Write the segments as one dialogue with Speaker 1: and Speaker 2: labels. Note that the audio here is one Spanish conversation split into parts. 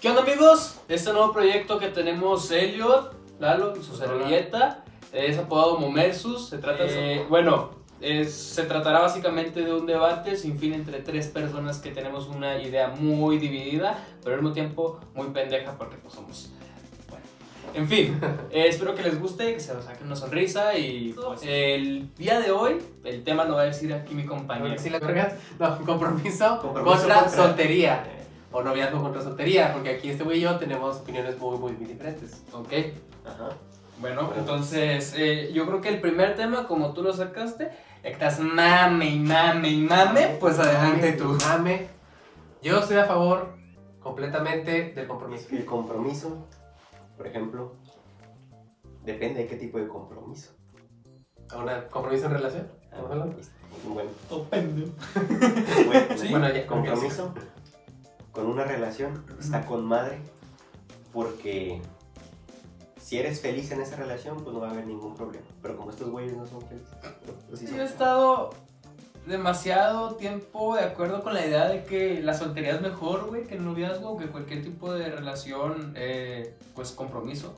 Speaker 1: ¿Qué onda amigos? Este nuevo proyecto que tenemos Elliot, Lalo y su
Speaker 2: Hola.
Speaker 1: servilleta es apodado Momersus. Se trata,
Speaker 2: Eh,
Speaker 1: so- bueno, es- se tratará básicamente de un debate sin fin entre tres personas que tenemos una idea muy dividida, pero al mismo tiempo muy pendeja porque pues somos... bueno. En fin, eh, espero que les guste, que se os saquen una sonrisa y pues, el día de hoy el tema lo va a decir aquí mi compañero.
Speaker 2: Si la cargas, no, compromiso,
Speaker 3: Compromiso
Speaker 2: contra,
Speaker 3: contra-
Speaker 2: soltería. O noviazgo contra soltería, porque aquí este güey y yo tenemos opiniones muy, muy, muy diferentes.
Speaker 1: Ok,
Speaker 3: Ajá.
Speaker 1: bueno, entonces eh, yo creo que el primer tema, como tú lo sacaste, estás mame y mame y mame, pues adelante
Speaker 2: Mame,
Speaker 1: tú.
Speaker 2: Mame. Yo estoy a favor completamente del compromiso.
Speaker 3: El compromiso, por ejemplo, depende de qué tipo de compromiso.
Speaker 2: ¿A una compromiso en relación? ¿Estamos hablando?
Speaker 3: Un buen,
Speaker 1: Opende.
Speaker 3: un buen-
Speaker 1: Sí.
Speaker 3: un
Speaker 2: Bueno, ya,
Speaker 3: buen compromiso con una relación está con madre porque si eres feliz en esa relación, pues no va a haber ningún problema. Pero como estos güeyes no son felices, pues sí
Speaker 1: Yo
Speaker 3: son-
Speaker 1: he estado demasiado tiempo de acuerdo con la idea de que la soltería es mejor, güey, que el noviazgo o que cualquier tipo de relación, eh, pues compromiso.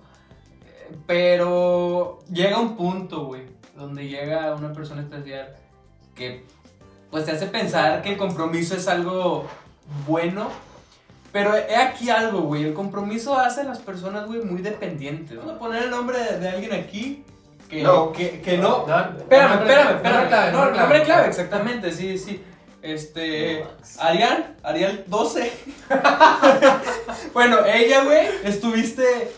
Speaker 1: Eh, Pero llega un punto, güey, donde llega una persona especial que pues te hace pensar que el compromiso es algo bueno. Pero he aquí algo, güey. El compromiso hace a las personas, güey, muy dependientes. Vamos a poner el nombre de, de alguien aquí que
Speaker 3: No.
Speaker 1: que, que Eh, no,
Speaker 2: espérame,
Speaker 1: Espérame, espérame, espérame.
Speaker 2: No, clave,
Speaker 1: no,
Speaker 2: no,
Speaker 1: el nombre clave, exactamente, sí, sí. Este.
Speaker 3: Max.
Speaker 1: Arial, Arial 12. bueno, ella, güey, estuviste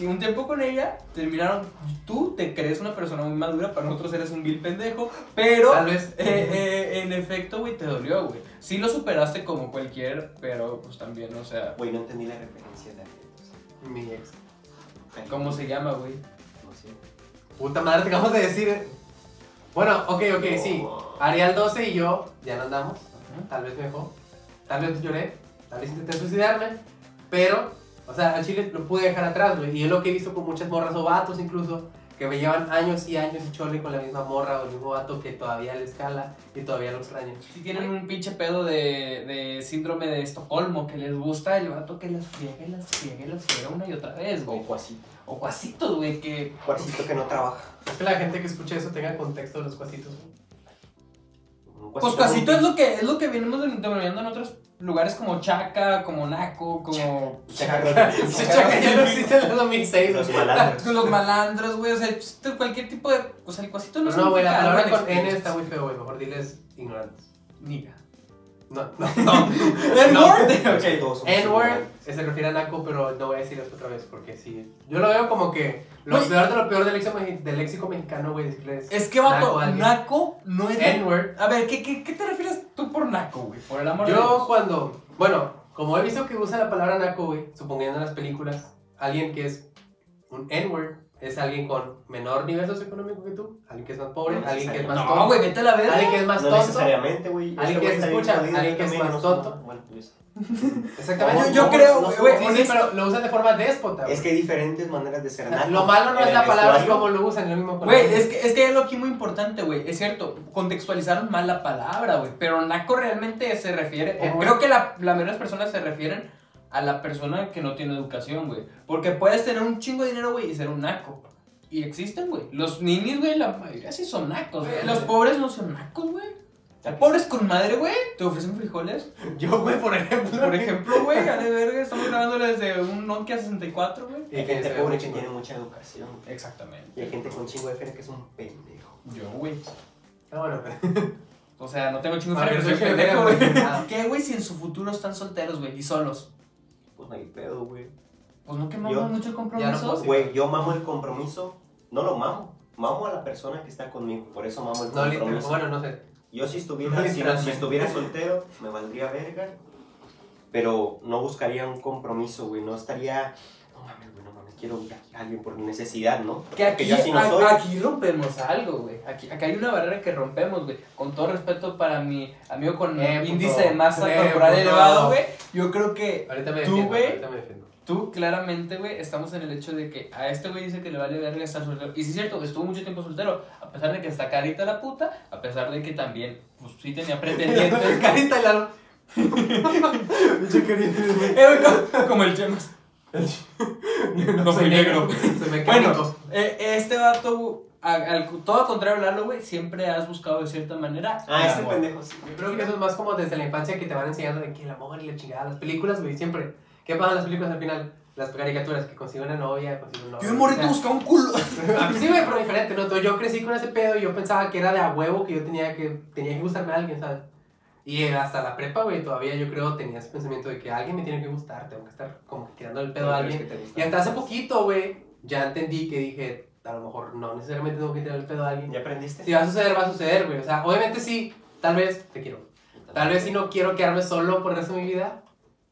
Speaker 1: un tiempo con ella, terminaron. Tú te crees una persona muy madura, para nosotros eres un vil pendejo, pero.
Speaker 2: Tal vez.
Speaker 1: eh, eh, en efecto, güey, te dolió, güey. Sí lo superaste como cualquier, pero pues también, o sea.
Speaker 3: Güey, no entendí la referencia de la
Speaker 1: eh.
Speaker 2: Mi ex.
Speaker 1: ¿Cómo se llama, güey?
Speaker 3: No sé.
Speaker 2: Puta madre, te acabamos de decir. Bueno, ok, ok, sí. Ariel 12 y yo ya no andamos. Tal vez me dejó. Tal vez lloré. Tal vez intenté suicidarme. Pero, o sea, al chile lo pude dejar atrás, güey. Y es lo que he visto con muchas morras o vatos incluso. Que me llevan años y años y chole con la misma morra o el mismo vato que todavía le escala y todavía lo extraña.
Speaker 1: Si tienen un pinche pedo de, de síndrome de Estocolmo que les gusta el vato que las friega y las friega y las friega una y otra vez, güey.
Speaker 3: O Juancito.
Speaker 1: O cuasitos, güey, que.
Speaker 3: Juancito que no trabaja.
Speaker 2: Es que la gente que escucha eso tenga contexto de los cuasitos. güey.
Speaker 3: Un
Speaker 1: Pues cuasito es lo que es lo que venimos denominando en otros lugares como chaca, como naco, como.
Speaker 2: Se chaca ya no existe en el 2006.
Speaker 3: Los
Speaker 2: güey.
Speaker 3: malandros.
Speaker 1: Los malandros, güey, o sea, este, cualquier tipo de. O sea, el cuasito no
Speaker 2: Pero
Speaker 1: es
Speaker 2: no, güey, la palabra con N está muy feo, güey. Mejor diles ignorantes.
Speaker 1: Niga.
Speaker 2: No, no, no.
Speaker 1: El norte,
Speaker 3: Es que todos somos
Speaker 2: N-word
Speaker 3: iguales.
Speaker 2: Eh, se refiere a Naco, pero no voy a decir eso otra vez porque sí. Yo lo veo como que lo
Speaker 1: Güey.
Speaker 2: peor de lo peor del léxico, mexi- del léxico mexicano, güey, decirle es
Speaker 1: Es que vato,
Speaker 2: Naco, alguien.
Speaker 1: naco no es.
Speaker 2: N-word.
Speaker 1: A ver, ¿qué, qué, ¿qué te refieres tú por naco, güey? Por el amor de
Speaker 2: Yo
Speaker 1: Dios.
Speaker 2: cuando, bueno, como he visto que usa la palabra Naco, güey, suponiendo en las películas, alguien que es un N-word es alguien con menor nivel socioeconómico que tú, alguien que es más pobre,
Speaker 3: No
Speaker 2: alguien que es más tonto,
Speaker 1: No, güey, vete a la verga.
Speaker 2: alguien que es más
Speaker 3: No
Speaker 2: tonto.
Speaker 3: necesariamente, güey. Este
Speaker 2: Alguien que se
Speaker 3: güey está bien
Speaker 2: escucha,
Speaker 3: jodido,
Speaker 2: alguien que es más
Speaker 3: también no somos-
Speaker 2: tonto.
Speaker 3: bueno, pues,
Speaker 2: Exactamente.
Speaker 1: Yo- yo creo,
Speaker 2: sí,
Speaker 1: güey,
Speaker 2: sí,
Speaker 1: honesto.
Speaker 2: pero lo usan de forma déspota.
Speaker 3: Es
Speaker 2: güey.
Speaker 3: que hay diferentes maneras de ser naco.
Speaker 2: Lo malo no
Speaker 3: En
Speaker 2: es
Speaker 3: el
Speaker 2: la palabra, es
Speaker 3: vestuario,
Speaker 2: como lo usan, es lo mismo con
Speaker 1: Güey, es que, es que hay algo aquí muy importante, güey. Es cierto, contextualizaron mal la palabra, güey. Pero naco realmente se refiere. o
Speaker 2: Ajá.
Speaker 1: creo que la, la mayoría de las personas se refieren a la persona que no tiene educación, güey. Porque puedes tener un chingo de dinero, güey, y ser un naco. Y existen, güey. Los ninis, güey, la mayoría sí son nacos. güey. Los pobres no son nacos, güey.
Speaker 3: ya que-
Speaker 1: Pobres con madre, güey. Te ofrecen frijoles.
Speaker 2: Yo, güey, por ejemplo.
Speaker 1: Por ejemplo, güey, a la verga, estamos grabando desde un Nokia 64, güey.
Speaker 3: Hay
Speaker 2: Este
Speaker 3: gente pobre que tiene mucha educación.
Speaker 1: Exactamente.
Speaker 3: Y hay gente con chingo de fe que es un pendejo.
Speaker 1: Yo, güey.
Speaker 2: Ah, bueno,
Speaker 1: pues, O sea, no tengo chingo
Speaker 2: A
Speaker 1: de
Speaker 2: ver,
Speaker 1: pero soy
Speaker 2: soy
Speaker 1: pendejo,
Speaker 2: pendejo,
Speaker 1: güey.
Speaker 2: güey. Ah.
Speaker 1: ¿Qué, güey, si en su futuro están solteros, güey, y solos?
Speaker 3: Pues no hay pedo, güey.
Speaker 1: Pues no
Speaker 3: Yo-
Speaker 1: quemamos mucho el
Speaker 2: ya no
Speaker 1: compromiso.
Speaker 2: puedo.
Speaker 3: Güey, yo mamo el compromiso. No lo mamo. Mamo a la persona que está conmigo. Por eso mamo el
Speaker 2: no, literal,
Speaker 3: compromiso.
Speaker 2: bueno, no sé.
Speaker 3: Yo si
Speaker 2: No,
Speaker 3: estuviera, si,
Speaker 2: literalmente.
Speaker 3: si estuviera soltero, me valdría verga. Pero no buscaría un compromiso, güey. No estaría... No mames, güey, no mames. Quiero a alguien por necesidad, ¿no?
Speaker 1: que aquí,
Speaker 3: yo así no
Speaker 1: a-
Speaker 3: soy.
Speaker 2: ah,
Speaker 1: aquí rompemos algo, güey. Aquí, acá hay una barrera que rompemos, güey. Con todo respeto para mi amigo con
Speaker 2: Eh, puto.
Speaker 1: índice de masa
Speaker 2: Eh,
Speaker 1: corporal
Speaker 2: puto.
Speaker 1: elevado, güey. Yo creo que
Speaker 2: Ahorita me
Speaker 1: Tú,
Speaker 2: defiendo.
Speaker 1: güey.
Speaker 2: ahorita me defiendo.
Speaker 1: tú claramente, güey, estamos en el hecho de que a este güey dice que le vale verga estar soltero. Y sí es cierto, que estuvo mucho tiempo soltero. A pesar de que está carita la puta, a pesar de que también, pues sí tenía pretendientes.
Speaker 2: Carita y Lalo. Pinche querido.
Speaker 1: Eh, güey, como- Como el Chemas. No soy negro.
Speaker 2: Se me
Speaker 1: Bueno, eh, este vato, güey, a- al- todo contrario a Lalo, güey, siempre has buscado de cierta manera.
Speaker 3: Ah,
Speaker 1: el
Speaker 3: este
Speaker 1: amor.
Speaker 3: pendejo. sí.
Speaker 2: Yo creo que eso es más como desde la infancia que te van enseñando de que el amor y la chingada. Las películas, güey, siempre. ¿Qué pasan las películas al final? Las caricaturas, que consigue una novia, consigue un novio.
Speaker 1: Yo de morrito
Speaker 2: o sea,
Speaker 1: buscaba un culo.
Speaker 2: A mí sí, güey, pero diferente, ¿no? Yo crecí con ese pedo y yo pensaba que era de a huevo que yo tenía que, tenía que gustarme a alguien, ¿sabes? Y eh, hasta la prepa, güey, todavía yo creo tenía ese pensamiento de que alguien me tiene que gustar, tengo que estar como que tirando el pedo a
Speaker 3: Pero es
Speaker 2: alguien.
Speaker 3: que te gusta.
Speaker 2: Y hasta hace poquito, güey, ya entendí que dije, a lo mejor no necesariamente tengo que tirar el pedo a alguien.
Speaker 3: ¿Ya aprendiste?
Speaker 2: Si va a suceder, va a suceder, güey. O sea, obviamente sí, tal vez te quiero. Tal vez sí no quiero quedarme solo por el resto de mi vida,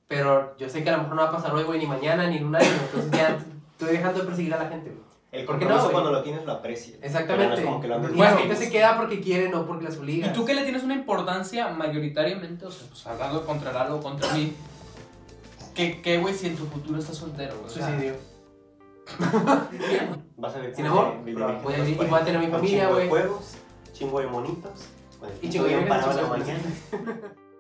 Speaker 2: pero yo sé que a lo mejor no va a pasar hoy, güey, ni mañana, ni en un año. Entonces ya estoy dejando de perseguir a la gente, güey.
Speaker 3: El
Speaker 2: ¿Por qué
Speaker 3: compromiso
Speaker 2: no, güey?
Speaker 3: cuando lo tienes lo aprecias.
Speaker 2: Exactamente.
Speaker 3: Pero no es como que lo andes
Speaker 2: y la
Speaker 1: Bueno,
Speaker 2: gente se queda porque quiere, no porque las obliga.
Speaker 1: Y tú que le tienes una importancia mayoritariamente, o sea, pues hablando contra Lalo, contra mí. ¿Qué, qué, güey, si en tu futuro estás soltero, güey? O sea,
Speaker 2: Suicidio.
Speaker 3: Vas a ver
Speaker 2: Sin
Speaker 3: cómo
Speaker 2: amor,
Speaker 3: te- te
Speaker 2: pero
Speaker 3: diriges
Speaker 2: voy a
Speaker 3: los
Speaker 2: vivir
Speaker 3: cuarenta.
Speaker 2: y voy a tener a mi
Speaker 3: Con
Speaker 2: familia,
Speaker 3: chingo de
Speaker 2: güey.
Speaker 3: juegos, chingo de monitos. con el
Speaker 2: Y
Speaker 3: pinche
Speaker 2: chingo de
Speaker 3: avión
Speaker 2: viejas,
Speaker 3: parado en la
Speaker 2: chingo de-
Speaker 3: mañana.